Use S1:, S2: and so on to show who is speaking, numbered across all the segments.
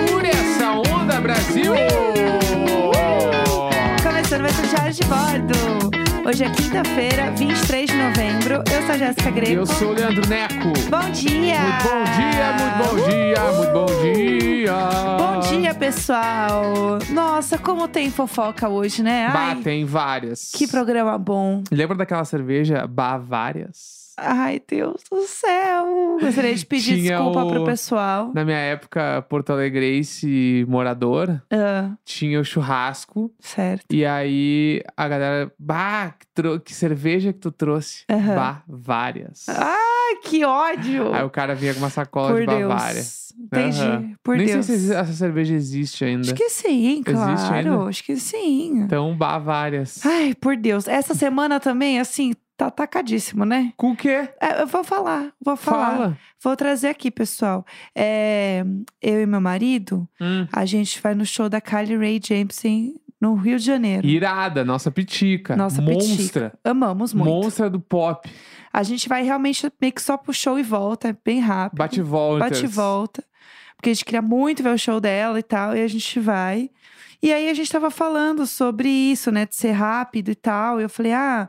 S1: Papas um de Bordo. Hoje é quinta-feira, 23 de novembro. Eu sou a Jéssica Greco.
S2: Eu sou o Leandro Neco.
S1: Bom dia!
S2: Muito bom dia, muito bom dia, muito bom dia.
S1: Bom dia, pessoal! Nossa, como tem fofoca hoje, né? Ai,
S2: Batem várias.
S1: que programa bom.
S2: Lembra daquela cerveja Bavárias?
S1: Ai, Deus do céu! Gostaria de pedir
S2: Tinha
S1: desculpa
S2: o-
S1: pro pessoal.
S2: Na minha época, Porto Alegrense morador,
S1: Ah,
S2: tinha o churrasco.
S1: certo.
S2: E aí a galera, bah, que, tro- que cerveja que tu trouxe?
S1: Aham.
S2: Bavárias.
S1: Ai, que ódio!
S2: Aí o cara vinha com uma sacola
S1: Por
S2: de Bavária.
S1: Deus. Entendi.
S2: Aham.
S1: Por
S2: Nem
S1: Deus.
S2: sei se essa cerveja existe ainda.
S1: Acho que sim, claro.
S2: ainda?
S1: Acho que sim.
S2: Então, Bavárias.
S1: Ai, por Deus. Essa semana também, assim, tá atacadíssimo, né?
S2: Com o quê?
S1: É, eu vou falar, vou falar.
S2: Fala.
S1: Vou trazer aqui, pessoal. É, eu e meu marido,
S2: Hum.
S1: a gente vai no show da Kylie Ray Jepsen no Rio de Janeiro.
S2: Irada, nossa pitica.
S1: um Nossa pitica.
S2: Monstra.
S1: Amamos muito.
S2: Monstra do pop.
S1: A gente vai realmente meio que só pro show e volta, é bem rápido.
S2: Bate volta.
S1: Bate e volta. Porque a gente queria muito ver o show dela e tal, e a gente vai. E aí a gente tava falando sobre isso, né, de ser rápido e tal. E eu falei, ah,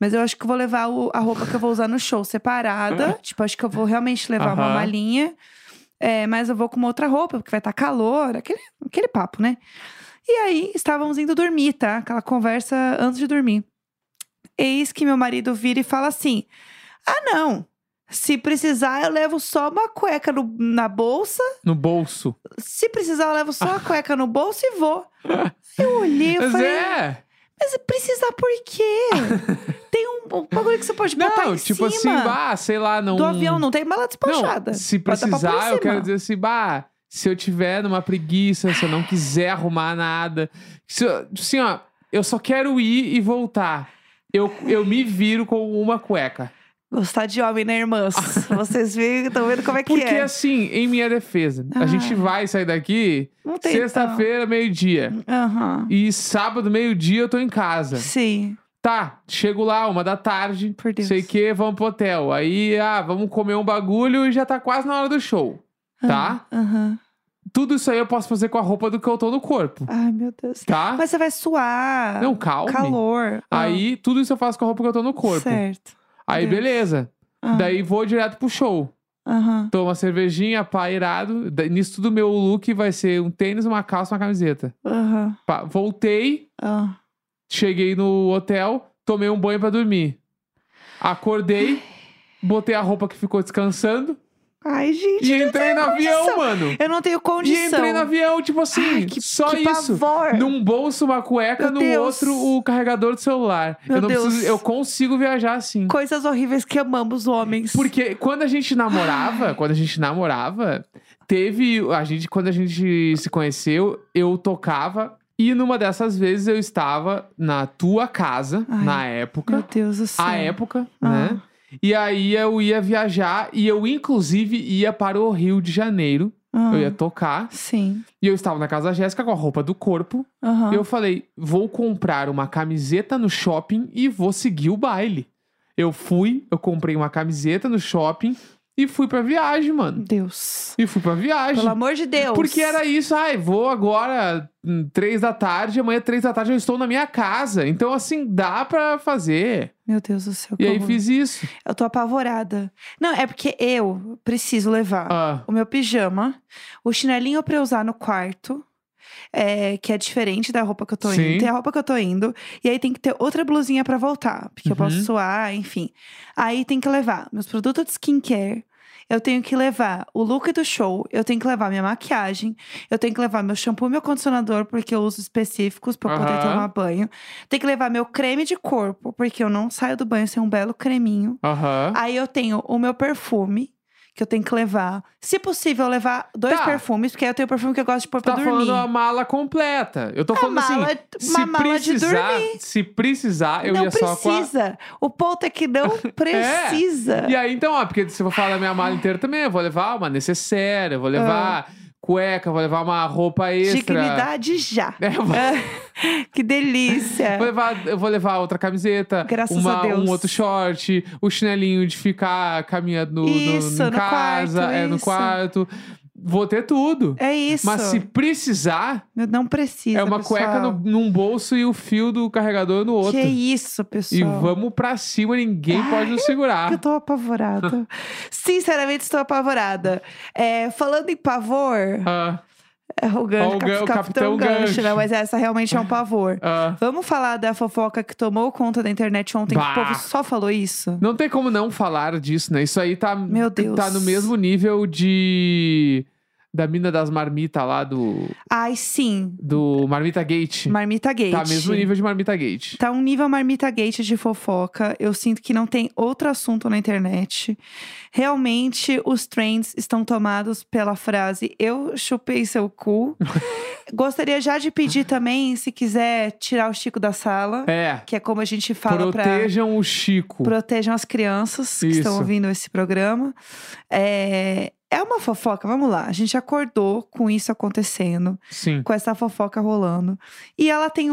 S1: mas eu acho que eu vou levar o- a roupa que eu vou usar no show separada. tipo, acho que eu vou realmente levar uma
S2: Aham.
S1: malinha. É, mas eu vou com uma outra roupa, porque vai estar calor, aquele, aquele papo, né? E aí estávamos indo dormir, tá? Aquela conversa antes de dormir. Eis que meu marido vira e fala assim: Ah, não. Se precisar, eu levo só uma cueca no- na bolsa.
S2: No bolso.
S1: Se precisar, eu levo só a cueca no bolso e vou. Eu olhei, eu
S2: Mas
S1: falei,
S2: é.
S1: mas precisar por quê? Tem um, um bagulho que você pode botar
S2: Não,
S1: em
S2: tipo
S1: cima
S2: assim, bah, sei lá, não.
S1: do avião, não tem mala despachada.
S2: Não, se
S1: Bota pra pôr em
S2: precisar, eu
S1: cima.
S2: quero dizer assim, bah, se eu tiver numa preguiça, se eu não quiser arrumar nada. Se eu, assim, ó, eu só quero ir e voltar. Eu, eu me viro com uma cueca.
S1: Gostar de homem, né, irmãs? Vocês estão vendo como é que
S2: Porque
S1: é.
S2: assim, em minha defesa,
S1: Ah.
S2: a gente vai sair daqui
S1: Não tem
S2: sexta-feira, meio-dia.
S1: então. Aham.
S2: E sábado, meio-dia, eu tô em casa.
S1: Sim,
S2: Tá, chego lá, uma da tarde,
S1: por Deus.
S2: sei que, vamos pro hotel. Aí, ah, vamos comer um bagulho e já tá quase na hora do show. Tá?
S1: Ah, Aham.
S2: Tudo isso aí eu posso fazer com a roupa do que eu tô no corpo.
S1: Ai, meu Deus.
S2: Tá?
S1: Mas você vai suar.
S2: Não, calma.
S1: Calor. Ah,
S2: Aí, tudo isso eu faço com a roupa que eu tô no corpo.
S1: Certo.
S2: Aí,
S1: Deus.
S2: beleza.
S1: Ah,
S2: Daí, vou direto pro show.
S1: Aham.
S2: Toma cervejinha, pá, irado. Da- Nisso tudo, meu look vai ser um tênis, uma calça, uma camiseta.
S1: Aham.
S2: Pá, voltei,
S1: ah.
S2: Cheguei no hotel, tomei um banho pra dormir. Acordei, botei a roupa que ficou descansando
S1: Ai, gente.
S2: e entrei no avião,
S1: condição.
S2: mano.
S1: Eu não tenho
S2: E
S1: condição.
S2: entrei no avião, tipo assim,
S1: Ai, que,
S2: só
S1: que
S2: isso.
S1: Pavor.
S2: Num bolso uma cueca,
S1: Meu
S2: no
S1: Deus.
S2: outro o carregador do celular.
S1: Meu
S2: eu não
S1: Deus.
S2: preciso, eu consigo viajar assim.
S1: Coisas horríveis que amamos homens.
S2: Porque quando a gente namorava, quando a gente namorava, teve a gente quando a gente se conheceu, eu tocava e numa dessas vezes eu estava na tua casa
S1: Ai,
S2: na época.
S1: Meu Deus do céu.
S2: a época,
S1: Ah.
S2: né? E aí eu ia viajar e eu, inclusive, ia para o Rio de Janeiro.
S1: Ah,
S2: Eu ia tocar.
S1: Sim.
S2: E eu estava na casa da Jéssica com a roupa do corpo.
S1: Aham.
S2: E eu falei: vou comprar uma camiseta no shopping e vou seguir o baile. Eu fui, eu comprei uma camiseta no shopping e fui pra viagem, mano.
S1: Deus.
S2: E fui pra viagem.
S1: Pelo amor de Deus.
S2: Porque era isso, ai, vou agora hum, três da tarde, amanhã três da tarde eu estou na minha casa. Então, assim, dá pra fazer.
S1: Meu Deus do céu.
S2: E aí
S1: como-
S2: fiz isso.
S1: Eu tô apavorada. Não, é porque eu preciso levar
S2: Ah.
S1: o meu pijama, o chinelinho pra eu usar no quarto. é, que é diferente da roupa que eu tô
S2: Sim.
S1: indo. Tem a roupa que eu tô indo. E aí tem que ter outra blusinha pra voltar. Porque eu posso
S2: Uhum.
S1: suar, enfim. Aí tem que levar meus produtos de skincare. Eu tenho que levar o look do show. Eu tenho que levar minha maquiagem. Eu tenho que levar meu shampoo e meu condicionador. Porque eu uso específicos pra eu poder
S2: Aham.
S1: tomar banho. Tem que levar meu creme de corpo. Porque eu não saio do banho sem um belo creminho.
S2: Ah, Aham.
S1: Aí eu tenho o meu perfume, que eu tenho que levar. Se possível, eu levar dois
S2: Tá.
S1: perfumes, porque aí eu tenho o perfume que eu gosto de pôr
S2: Tá
S1: pra dormir.
S2: falando a mala completa. Eu tô
S1: Uma
S2: falando
S1: mala,
S2: assim.
S1: uma
S2: Se
S1: mala de dormir.
S2: precisar, se precisar, eu
S1: não
S2: ia só com a...
S1: precisa. O ponto é que não precisa.
S2: E aí, então, ó, porque se eu for falar da minha mala inteira também, eu vou levar uma necessaire, eu vou
S1: Ah.
S2: levar cueca, eu vou levar uma roupa é extra.
S1: Dignidade já. É.
S2: É, eu vou-
S1: que delícia.
S2: Vou levar, eu vou levar outra camiseta,
S1: Graças
S2: uma-
S1: a Deus.
S2: um outro short, o chinelinho de ficar caminhando no, no-
S1: Isso,
S2: em
S1: no
S2: casa,
S1: quarto,
S2: é no
S1: isso.
S2: quarto. vou ter tudo.
S1: É isso.
S2: Mas se precisar,
S1: Meu, Não precisa.
S2: é uma
S1: pessoal.
S2: cueca no- num bolso e o fio do carregador no outro.
S1: Que isso, pessoal.
S2: E vamos pra cima, ninguém pode nos segurar.
S1: Eu tô apavorada. Sinceramente, estou apavorada. É, falando em pavor,
S2: Ah,
S1: é o gancho,
S2: Ó, o
S1: cap-
S2: gan- o
S1: Capitão
S2: Capitão
S1: Gancho,
S2: Gancho.
S1: né? Mas essa realmente é um pavor.
S2: ah.
S1: Vamos falar da fofoca que tomou conta da internet ontem,
S2: Bah.
S1: que o povo só falou isso?
S2: Não tem como não falar disso, né? Isso aí tá,
S1: Meu Deus.
S2: tá no mesmo nível de. Da mina das marmitas lá do.
S1: Ai, sim.
S2: Do Marmita Gate.
S1: Marmita Gate.
S2: Tá mesmo nível de Marmita Gate.
S1: Tá um nível marmita gate de fofoca. Eu sinto que não tem outro assunto na internet. Realmente, os trends estão tomados pela frase eu chupei seu cu. Gostaria já de pedir também, se quiser, tirar o Chico da sala,
S2: É.
S1: que é como a gente fala pra.
S2: protejam o Chico.
S1: Protejam as crianças que estão
S2: Tipo, Isso.
S1: ouvindo esse programa. É... é uma fofoca, vamos lá. A gente acordou com isso acontecendo
S2: Sim.
S1: com essa fofoca rolando. E ela tem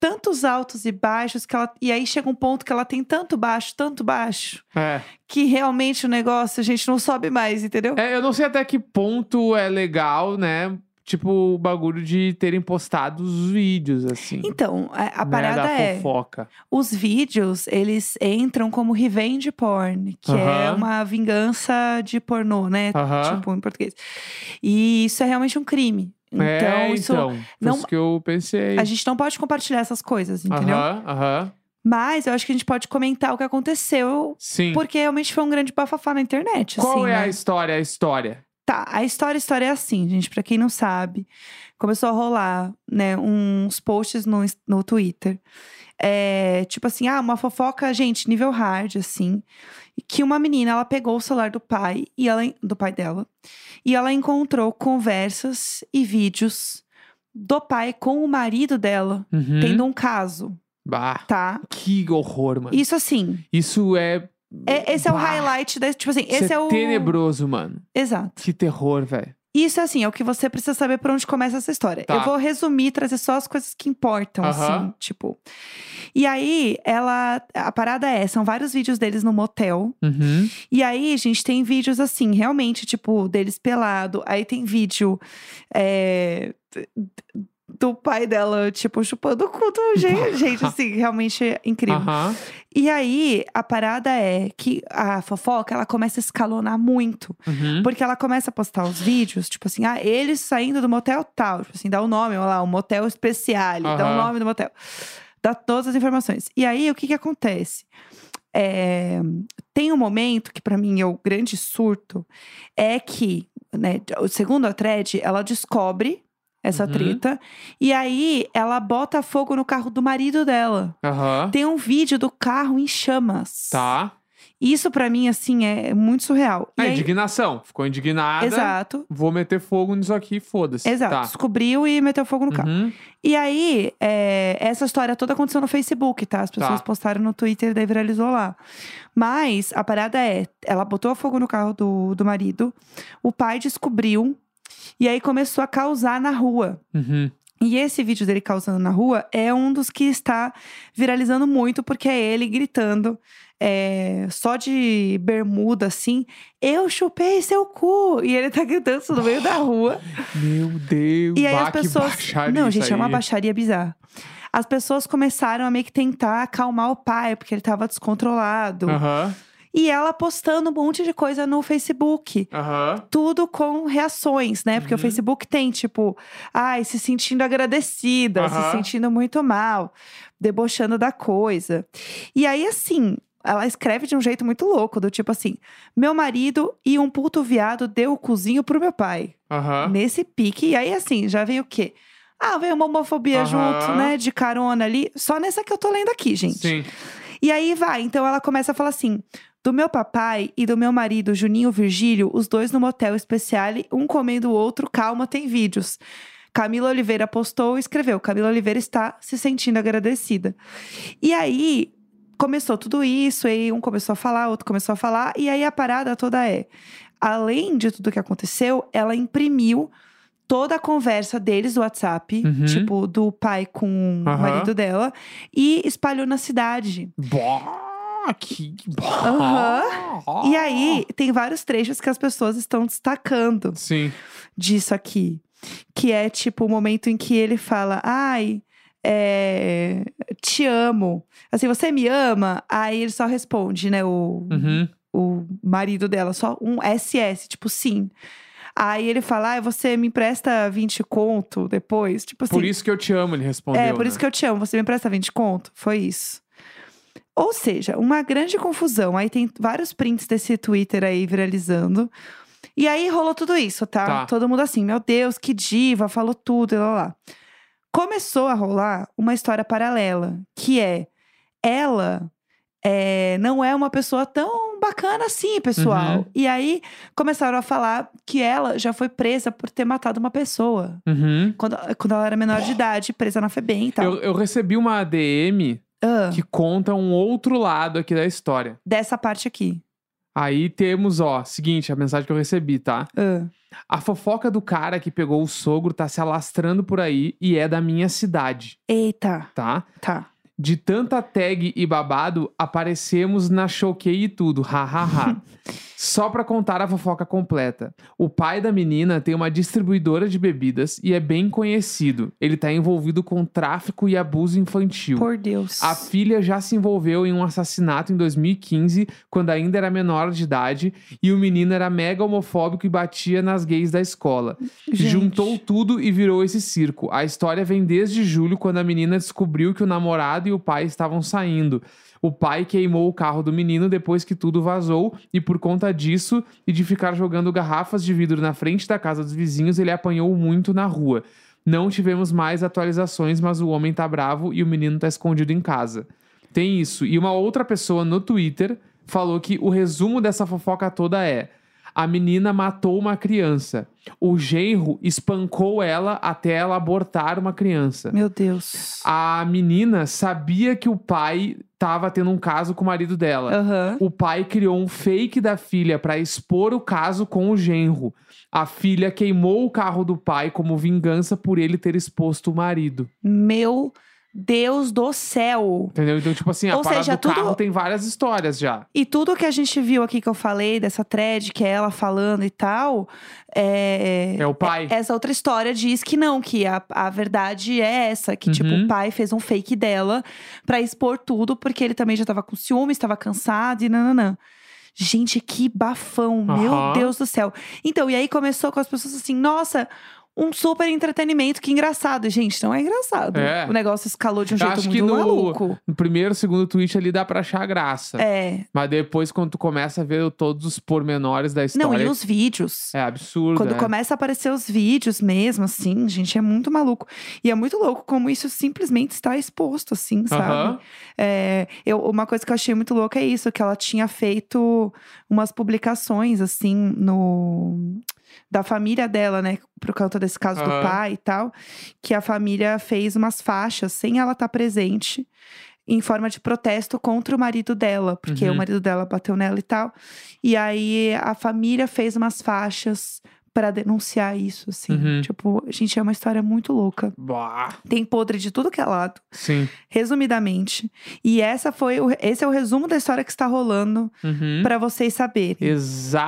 S1: tantos altos e baixos que ela. E aí chega um ponto que ela tem tanto baixo, tanto baixo,
S2: É.
S1: que realmente o negócio, a gente não sobe mais, entendeu?
S2: É, Eu não sei até que ponto é legal, né? Tipo, o bagulho de terem postado os vídeos, assim.
S1: Então, a, a
S2: né?
S1: parada
S2: da
S1: é.
S2: fofoca.
S1: Os vídeos, eles entram como revenge porn, que é
S2: Aham.
S1: uma vingança de pornô, né?
S2: Aham.
S1: Tipo, em português. E isso é realmente um crime. Então,
S2: é,
S1: isso.
S2: então.
S1: não-
S2: Foi isso que eu pensei.
S1: A gente não pode compartilhar essas coisas, entendeu?
S2: Aham, aham.
S1: Mas eu acho que a gente pode comentar o que aconteceu
S2: Sim.
S1: Porque realmente foi um grande bafafá na internet.
S2: Qual
S1: assim,
S2: é
S1: né?
S2: a história? A história.
S1: Tá, a história, a história é assim, gente. Pra quem não sabe, começou a rolar, né, uns posts no, ins- no Twitter. É, tipo assim, ah, uma fofoca, gente, nível hard, assim. Que uma menina, ela pegou o celular do pai, e ela, do pai dela. E ela encontrou conversas e vídeos do pai com o marido dela.
S2: Uhum.
S1: Tendo um caso,
S2: Bah,
S1: tá?
S2: que horror, mano.
S1: Isso assim,
S2: Isso é.
S1: é- esse é o
S2: Bah,
S1: highlight, da, tipo assim,
S2: isso
S1: esse é o...
S2: Tenebroso, mano.
S1: Exato.
S2: Que terror, velho.
S1: Isso é assim, é o que você precisa saber por onde começa essa história.
S2: Tá.
S1: Eu vou resumir, trazer só as coisas que importam, assim,
S2: Aham.
S1: tipo. E aí, ela. A parada é, são vários vídeos deles no motel.
S2: Uhum.
S1: E aí, gente, tem vídeos assim, realmente, tipo, deles pelado. Aí tem vídeo. é, d- d- do pai dela, tipo, chupando o cu do gente. gente, assim, realmente incrível.
S2: Aham.
S1: E aí, a parada é que a fofoca, ela começa a escalonar muito.
S2: Uhum.
S1: Porque ela começa a postar os vídeos, tipo assim, ah, eles saindo do motel tal. Tipo assim, dá o nome, olha lá, o motel especial, dá o
S2: Aham.
S1: nome do motel. Dá todas as informações. E aí, o que que acontece? É, tem um momento que, pra mim, é o grande surto, é que, né, segundo a thread, ela descobre essa
S2: Uhum.
S1: treta. E aí, ela bota fogo no carro do marido dela.
S2: Aham.
S1: Tem um vídeo do carro em chamas.
S2: Tá. Ah,
S1: Isso, pra mim, assim, é muito surreal.
S2: A
S1: E aí-
S2: indignação. Ficou indignada.
S1: Exato.
S2: Vou meter fogo nisso aqui, foda-se.
S1: Exato.
S2: Tá.
S1: Descobriu e meteu fogo no carro.
S2: Uhum.
S1: E aí, é, essa história toda aconteceu no Facebook, tá? As pessoas
S2: Tá.
S1: postaram no Twitter, daí viralizou lá. Mas a parada é: ela botou fogo no carro do, do marido, o pai descobriu, e aí começou a causar na rua.
S2: Uhum.
S1: E esse vídeo dele causando na rua é um dos que está viralizando muito, porque é ele gritando, é, só de bermuda, assim: Eu chupei seu cu! E ele tá gritando isso no meio da rua.
S2: Meu Deus.
S1: E aí
S2: bah,
S1: as
S2: que
S1: pessoas.
S2: baixaria
S1: Não,
S2: isso
S1: gente, é uma
S2: aí.
S1: baixaria bizarra. As pessoas começaram a meio que tentar acalmar o pai, porque ele tava descontrolado.
S2: Aham.
S1: E ela postando um monte de coisa no Facebook.
S2: Aham.
S1: Tudo com reações, né? Porque o
S2: Uhum.
S1: Facebook tem, tipo, ai, se sentindo agradecida, se
S2: Aham.
S1: sentindo muito mal, debochando da coisa. E aí, assim, ela escreve de um jeito muito louco, do tipo assim: meu marido e um puto viado deu o cozinho pro meu pai
S2: Aham.
S1: nesse pique. E aí, assim, já veio o quê? Ah, veio uma homofobia
S2: Aham.
S1: junto, né? De carona ali. Só nessa que eu tô lendo aqui, gente.
S2: Sim.
S1: E aí vai. Então ela começa a falar assim: do meu papai e do meu marido, Juninho Virgílio, os dois no motel especial, um comendo o outro, calma, tem vídeos. Camila Oliveira postou e escreveu: Camila Oliveira está se sentindo agradecida. E aí começou tudo isso, aí um começou a falar, outro começou a falar, e aí a parada toda é: além de tudo que aconteceu, ela imprimiu toda a conversa deles do WhatsApp,
S2: Uhum.
S1: tipo, do pai com o
S2: Aham.
S1: marido dela, e espalhou na cidade.
S2: Bah. Ah, que.
S1: Aham. E aí, tem vários trechos que as pessoas estão destacando
S2: Sim.
S1: disso aqui. Que é tipo o momento em que ele fala, ai, é, te amo. Assim, você me ama? Aí ele só responde, né? O,
S2: Uhum.
S1: o marido dela, só um SS, tipo, sim. Aí ele fala, ah, você me empresta 20 conto depois? Tipo assim,
S2: Por isso que eu te amo, ele respondeu. né?
S1: é, por isso que eu te amo, você me empresta 20 conto? Foi isso. Ou seja, uma grande confusão. Aí tem vários prints desse Twitter aí viralizando. E aí rolou tudo isso, tá?
S2: Tá.
S1: Todo mundo assim, meu Deus, que diva, falou tudo, e lá, lá, lá. Começou a rolar uma história paralela, que é ela é, não é uma pessoa tão bacana assim, pessoal.
S2: Uhum.
S1: E aí começaram a falar que ela já foi presa por ter matado uma pessoa
S2: eu. Uhum.
S1: quando, quando ela era menor de idade, presa na Febem e tal.
S2: Eu, eu recebi uma DM
S1: Então. Ah,
S2: que conta um outro lado aqui da história.
S1: dessa parte aqui.
S2: Aí temos, ó, seguinte, a mensagem que eu recebi, tá?
S1: Ah,
S2: A fofoca do cara que pegou o sogro tá se alastrando por aí e é da minha cidade,
S1: Eita,
S2: tá?
S1: tá.
S2: De tanta tag e babado, aparecemos na choquei e tudo, hahaha. Só pra contar a fofoca completa. O pai da menina tem uma distribuidora de bebidas e é bem conhecido. Ele tá envolvido com tráfico e abuso infantil.
S1: Por Deus.
S2: A filha já se envolveu em um assassinato em 2015, quando ainda era menor de idade, e o menino era mega homofóbico e batia nas gays da escola.
S1: Gente.
S2: Juntou tudo e virou esse circo. A história vem desde julho, quando a menina descobriu que o namorado e o pai estavam saindo. O pai queimou o carro do menino depois que tudo vazou, e por conta disso e de ficar jogando garrafas de vidro na frente da casa dos vizinhos, ele apanhou muito na rua. Não tivemos mais atualizações, mas o homem tá bravo e o menino tá escondido em casa. Tem isso. E uma outra pessoa no Twitter falou que o resumo dessa fofoca toda é: a menina matou uma criança. O genro espancou ela até ela abortar uma criança.
S1: Meu Deus.
S2: A menina sabia que o pai tava tendo um caso com o marido dela.
S1: Aham.
S2: O pai criou um fake da filha para expor o caso com o genro. A filha queimou o carro do pai como vingança por ele ter exposto o marido.
S1: Meu Deus do céu.
S2: Entendeu? Então, tipo assim, a
S1: Ou
S2: parada
S1: seja,
S2: do
S1: tudo-
S2: carro tem várias histórias já.
S1: E tudo que a gente viu aqui que eu falei, dessa thread, que é ela falando e tal, é.
S2: É o pai.
S1: Essa outra história diz que não, que a, a verdade é essa, que tipo,
S2: Uhum.
S1: o pai fez um fake dela pra expor tudo, porque ele também já tava com ciúmes, tava cansado e nananã. Gente, que bafão,
S2: Aham.
S1: meu Deus do céu. Então, e aí começou com as pessoas assim, nossa, um super entretenimento, que engraçado. Gente, não é engraçado.
S2: É.
S1: O negócio escalou de um
S2: Eu
S1: jeito
S2: acho
S1: muito
S2: que no-
S1: maluco.
S2: No primeiro, segundo tweet ali dá pra achar graça.
S1: É.
S2: Mas depois, quando tu começa a ver todos os pormenores da história,
S1: Não, e os vídeos.
S2: é absurdo.
S1: Quando
S2: é.
S1: começa a aparecer os vídeos mesmo, assim, gente, é muito maluco. E é muito louco como isso simplesmente está exposto, assim, sabe?
S2: Aham.
S1: É, eu, uma coisa que eu achei muito louca é isso, que ela tinha feito umas publicações, assim, no. Da família dela, né? Por conta desse caso do
S2: Aham.
S1: pai e tal. Que a família fez umas faixas sem ela estar presente, em forma de protesto contra o marido dela, porque
S2: Uhum.
S1: o marido dela bateu nela e tal. E aí a família fez umas faixas pra denunciar isso, assim.
S2: Uhum.
S1: Tipo, gente, é uma história muito louca.
S2: Bah,
S1: Tem podre de tudo que é lado
S2: sim.
S1: resumidamente. E essa foi o- esse é o resumo da história que está rolando
S2: Uhum.
S1: pra vocês saberem.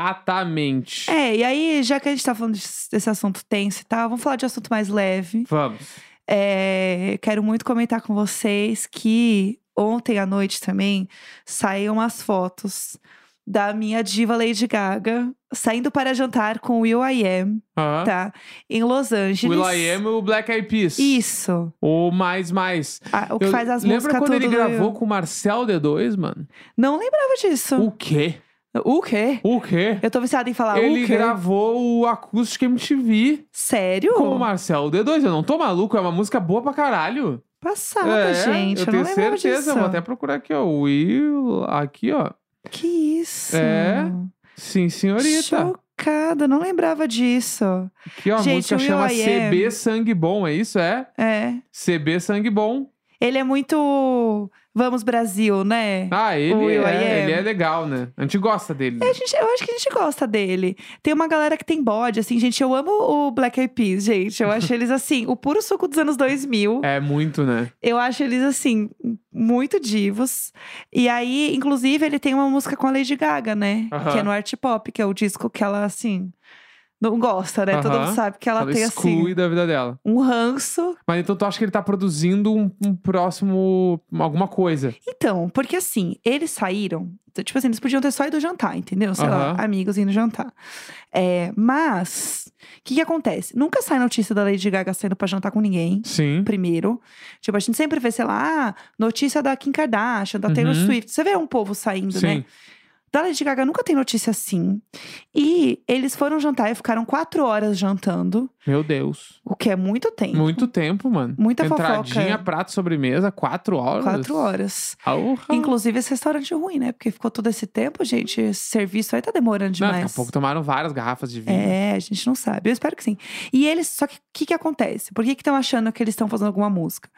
S2: Exatamente.
S1: É, e aí, já que a gente tá falando des- desse assunto tenso e tal, vamos falar de assunto mais leve.
S2: Vamos.
S1: É, quero muito comentar com vocês que ontem à noite também saíram umas fotos da minha diva Lady Gaga saindo para jantar com o Will I Am,
S2: Aham.
S1: tá? Em Los Angeles.
S2: Will I Am e o Black Eyed Peas.
S1: Isso.
S2: Ou mais, mais.
S1: A- o que
S2: Eu-
S1: faz as
S2: Lembra
S1: músicas
S2: quando
S1: tudo
S2: ele
S1: do-
S2: gravou com o Marcel D2, mano?
S1: Não lembrava disso.
S2: O quê?
S1: O quê?
S2: O quê?
S1: Eu tô viciada em falar
S2: ele
S1: o quê?
S2: gravou o Acústica MTV
S1: Sério?
S2: com o Marcel D2. Eu não tô maluco, é uma música boa pra caralho.
S1: Passada,
S2: é,
S1: gente.
S2: eu
S1: Eu,
S2: tenho
S1: não lembrava
S2: certeza.
S1: disso.
S2: Vou até procurar aqui, ó. Will, aqui, ó.
S1: Que isso?
S2: É, Sim, senhorita.
S1: Chocada, não lembrava disso.
S2: Aqui, ó, a
S1: Gente,
S2: música
S1: Will
S2: chama
S1: I Am.
S2: CB Sangue Bom, é isso? É?
S1: É.
S2: CB Sangue Bom.
S1: Ele é muito. Vamos, Brasil, né?
S2: Ah, ele,
S1: O Will I Am.
S2: é, ele é legal, né? A gente gosta dele. né?
S1: É, A gente- eu acho que a gente gosta dele. Tem uma galera que tem bode, assim, gente. Eu amo o Black Eyed Peas, gente. Eu acho eles assim, o puro suco dos anos 2000.
S2: É muito, né?
S1: Eu acho eles assim, muito divos. E aí, inclusive, ele tem uma música com a Lady Gaga, né?
S2: Aham.
S1: Que é no Art Pop, que é o disco que ela, assim, não gosta, né? Todo
S2: Aham.
S1: mundo sabe que ela,
S2: Ela
S1: tem,
S2: exclui
S1: assim,
S2: da vida dela.
S1: um ranço.
S2: Mas então tu acha que ele tá produzindo um, um próximo. alguma coisa.
S1: Então, porque assim, eles saíram. Tipo assim, eles podiam ter só ido jantar, entendeu? Sei lá,
S2: Aham.
S1: amigos indo jantar. É, mas, o que, que acontece? Nunca sai notícia da Lady Gaga saindo pra jantar com ninguém.
S2: Sim.
S1: primeiro. Tipo, a gente sempre vê, sei lá, ah, notícia da Kim Kardashian, da Taylor
S2: Uhum.
S1: Swift. Você vê um povo saindo, né?
S2: Sim.
S1: Da Lady Gaga nunca tem notícia assim. E eles foram jantar e ficaram quatro horas jantando,
S2: Meu Deus.
S1: o que é muito tempo.
S2: Muito tempo, mano.
S1: Muita
S2: Entradinha,
S1: fofoca.
S2: prato, sobremesa, quatro horas. Ah, uhum.
S1: Quatro horas.
S2: Aurra.
S1: Inclusive, esse restaurante é ruim, né? Porque ficou todo esse tempo, gente. Esse serviço aí tá demorando
S2: Não,
S1: demais.
S2: daqui a pouco tomaram várias garrafas de vinho.
S1: É, a gente não sabe. Eu espero que sim. E eles, só que o que, que acontece? Por que estão achando que eles estão fazendo alguma música?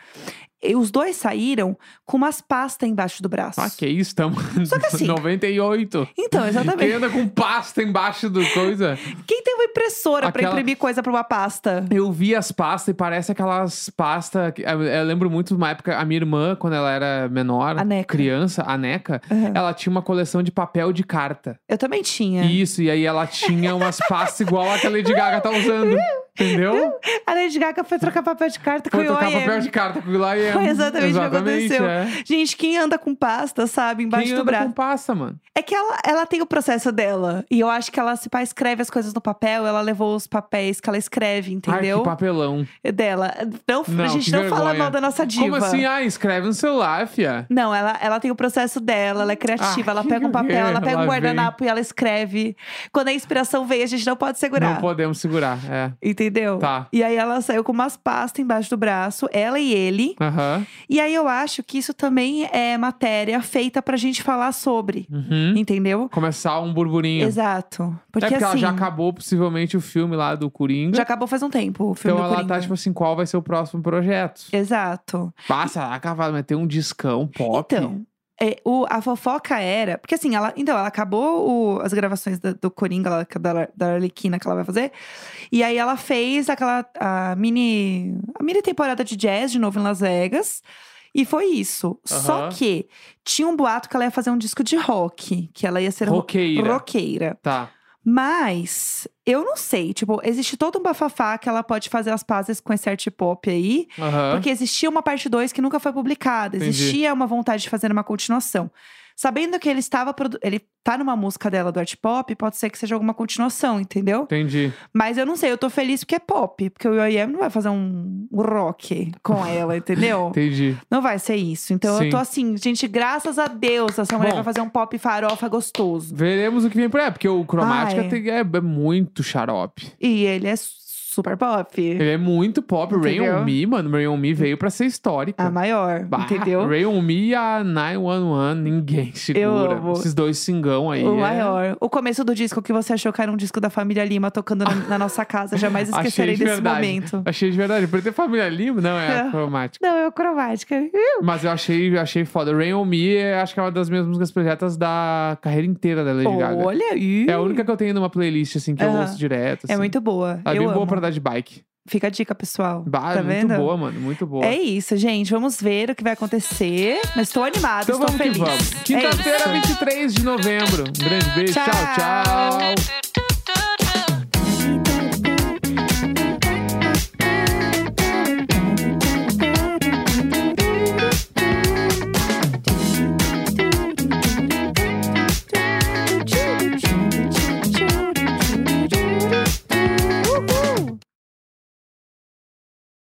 S1: E os dois saíram com umas pastas embaixo do braço.
S2: Ah, que isso, estamos
S1: Só que assim-
S2: 98.
S1: Então,
S2: Quem
S1: exatamente.
S2: anda com pasta embaixo do coisa?
S1: Quem tem uma impressora pra
S2: Aquela-
S1: imprimir coisa pra uma pasta?
S2: Eu vi as pastas e parece aquelas pastas. que- Eu, eu lembro muito de uma época, a minha irmã, quando ela era menor,
S1: A Neca.
S2: criança, a Neca,
S1: Aham.
S2: ela tinha uma coleção de papel de carta.
S1: Eu também tinha.
S2: Isso, e aí ela tinha umas pastas igual a que a Lady Gaga tá usando. entendeu?
S1: A Lady Gaga foi trocar papel de carta com
S2: Foi
S1: o
S2: trocar
S1: IOM.
S2: papel de carta com o Lion.
S1: Foi exatamente o que aconteceu.
S2: É.
S1: Gente, quem anda com pasta, sabe, embaixo
S2: Quem
S1: do
S2: anda
S1: braço.
S2: com pasta, mano?
S1: É que ela, ela tem o processo dela. E eu acho que ela, se pá, escreve as coisas no papel, ela levou os papéis que ela escreve,
S2: Ai, que
S1: entendeu?
S2: papelão.
S1: Dela. Não,
S2: Não,
S1: a gente
S2: que
S1: não fala
S2: vergonha.
S1: mal da nossa diva.
S2: Como assim? Ah, escreve no celular, fia.
S1: Não, ela, ela tem o processo dela, ela é criativa,
S2: Ah,
S1: ela
S2: que
S1: pega um papel, ela
S2: guerra,
S1: pega um
S2: lá
S1: guardanapo e ela escreve. Quando a inspiração vem, a gente não pode segurar.
S2: Não podemos segurar, é.
S1: Entendeu?
S2: Tá.
S1: E aí ela saiu com umas pastas embaixo do braço, ela e ele.
S2: Aham.
S1: E aí eu acho que isso também é matéria feita pra gente falar sobre.
S2: Uhum.
S1: Entendeu?
S2: Começar um burburinho.
S1: Exato. Porque,
S2: é porque
S1: assim.
S2: ela já acabou possivelmente o filme lá do Coringa.
S1: já acabou faz um tempo o filme
S2: então
S1: do
S2: ela
S1: Coringa. É.
S2: tá tipo assim, qual vai ser o próximo projeto?
S1: Exato.
S2: Passa lá, cavalo, mas tem um discão pop.
S1: Então. é, o, a fofoca era. Porque assim, ela. Então, ela acabou o- as gravações da- do Coringa, lá, que- da, da Arlequina que ela vai fazer. E aí ela fez aquela a mini. A mini temporada de jazz de novo em Las Vegas. E foi isso. Só
S2: Aham.
S1: que tinha um boato que ela ia fazer um disco de rock, que ela ia ser ro-
S2: Roqueira.
S1: roqueira.
S2: Tá.
S1: Mas eu não sei, tipo, existe todo um bafafá que ela pode fazer as pazes com esse art pop aí.
S2: Aham.
S1: Porque existia uma parte 2 que nunca foi publicada.
S2: Entendi.
S1: Existia uma vontade de fazer uma continuação. Sabendo que ele estava. produ- Ele tá numa música dela do art pop, pode ser que seja alguma continuação, entendeu?
S2: Entendi.
S1: Mas eu não sei, eu tô feliz porque é pop. Porque o IOM não vai fazer um um rock com ela, entendeu?
S2: Entendi.
S1: Não vai ser isso. Então eu
S2: Sim.
S1: tô assim, gente, graças a Deus, essa mulher
S2: Bom.
S1: vai fazer um pop farofa gostoso.
S2: Veremos o que vem por aí, É, porque o Cromática
S1: Ai.
S2: tem- é, é muito xarope.
S1: E ele é su- super pop.
S2: Ele é muito pop. Rain
S1: Entendeu?
S2: on Me, mano. Rain on Me veio pra ser histórica.
S1: A maior,
S2: Bah,
S1: entendeu?
S2: Rain on Me e a 911, ninguém segura.
S1: amo.
S2: Esses dois singão aí.
S1: O
S2: é-
S1: maior. O começo do disco que você achou que era um disco da família Lima tocando na, na nossa casa. Jamais
S2: Achei
S1: esquecerei
S2: de
S1: desse
S2: verdade.
S1: momento.
S2: Achei de verdade. Por ter família Lima, não é
S1: É.
S2: cromática.
S1: Não, é o cromática.
S2: Mas eu achei, achei foda. Rain on Me, é- acho que é uma das minhas músicas projetas da carreira inteira da Lady Gaga.
S1: Olha isso.
S2: Tá É a única que eu tenho numa playlist, assim, que eu
S1: Aham.
S2: ouço direto.
S1: É
S2: assim.
S1: muito boa.
S2: Ela
S1: Eu
S2: é bem
S1: amo.
S2: boa pra andar de bike.
S1: Fica a dica, pessoal.
S2: Bah,
S1: tá
S2: muito
S1: vendo?
S2: boa, mano. Muito boa.
S1: É isso, gente. Vamos ver o que vai acontecer. Mas estou animada,
S2: então
S1: estou
S2: vamos que
S1: feliz.
S2: vamos.
S1: É
S2: Quinta-feira,
S1: isso.
S2: 23 de novembro. Um grande beijo.
S1: Tchau.
S2: tchau. tchau.
S3: Tchau.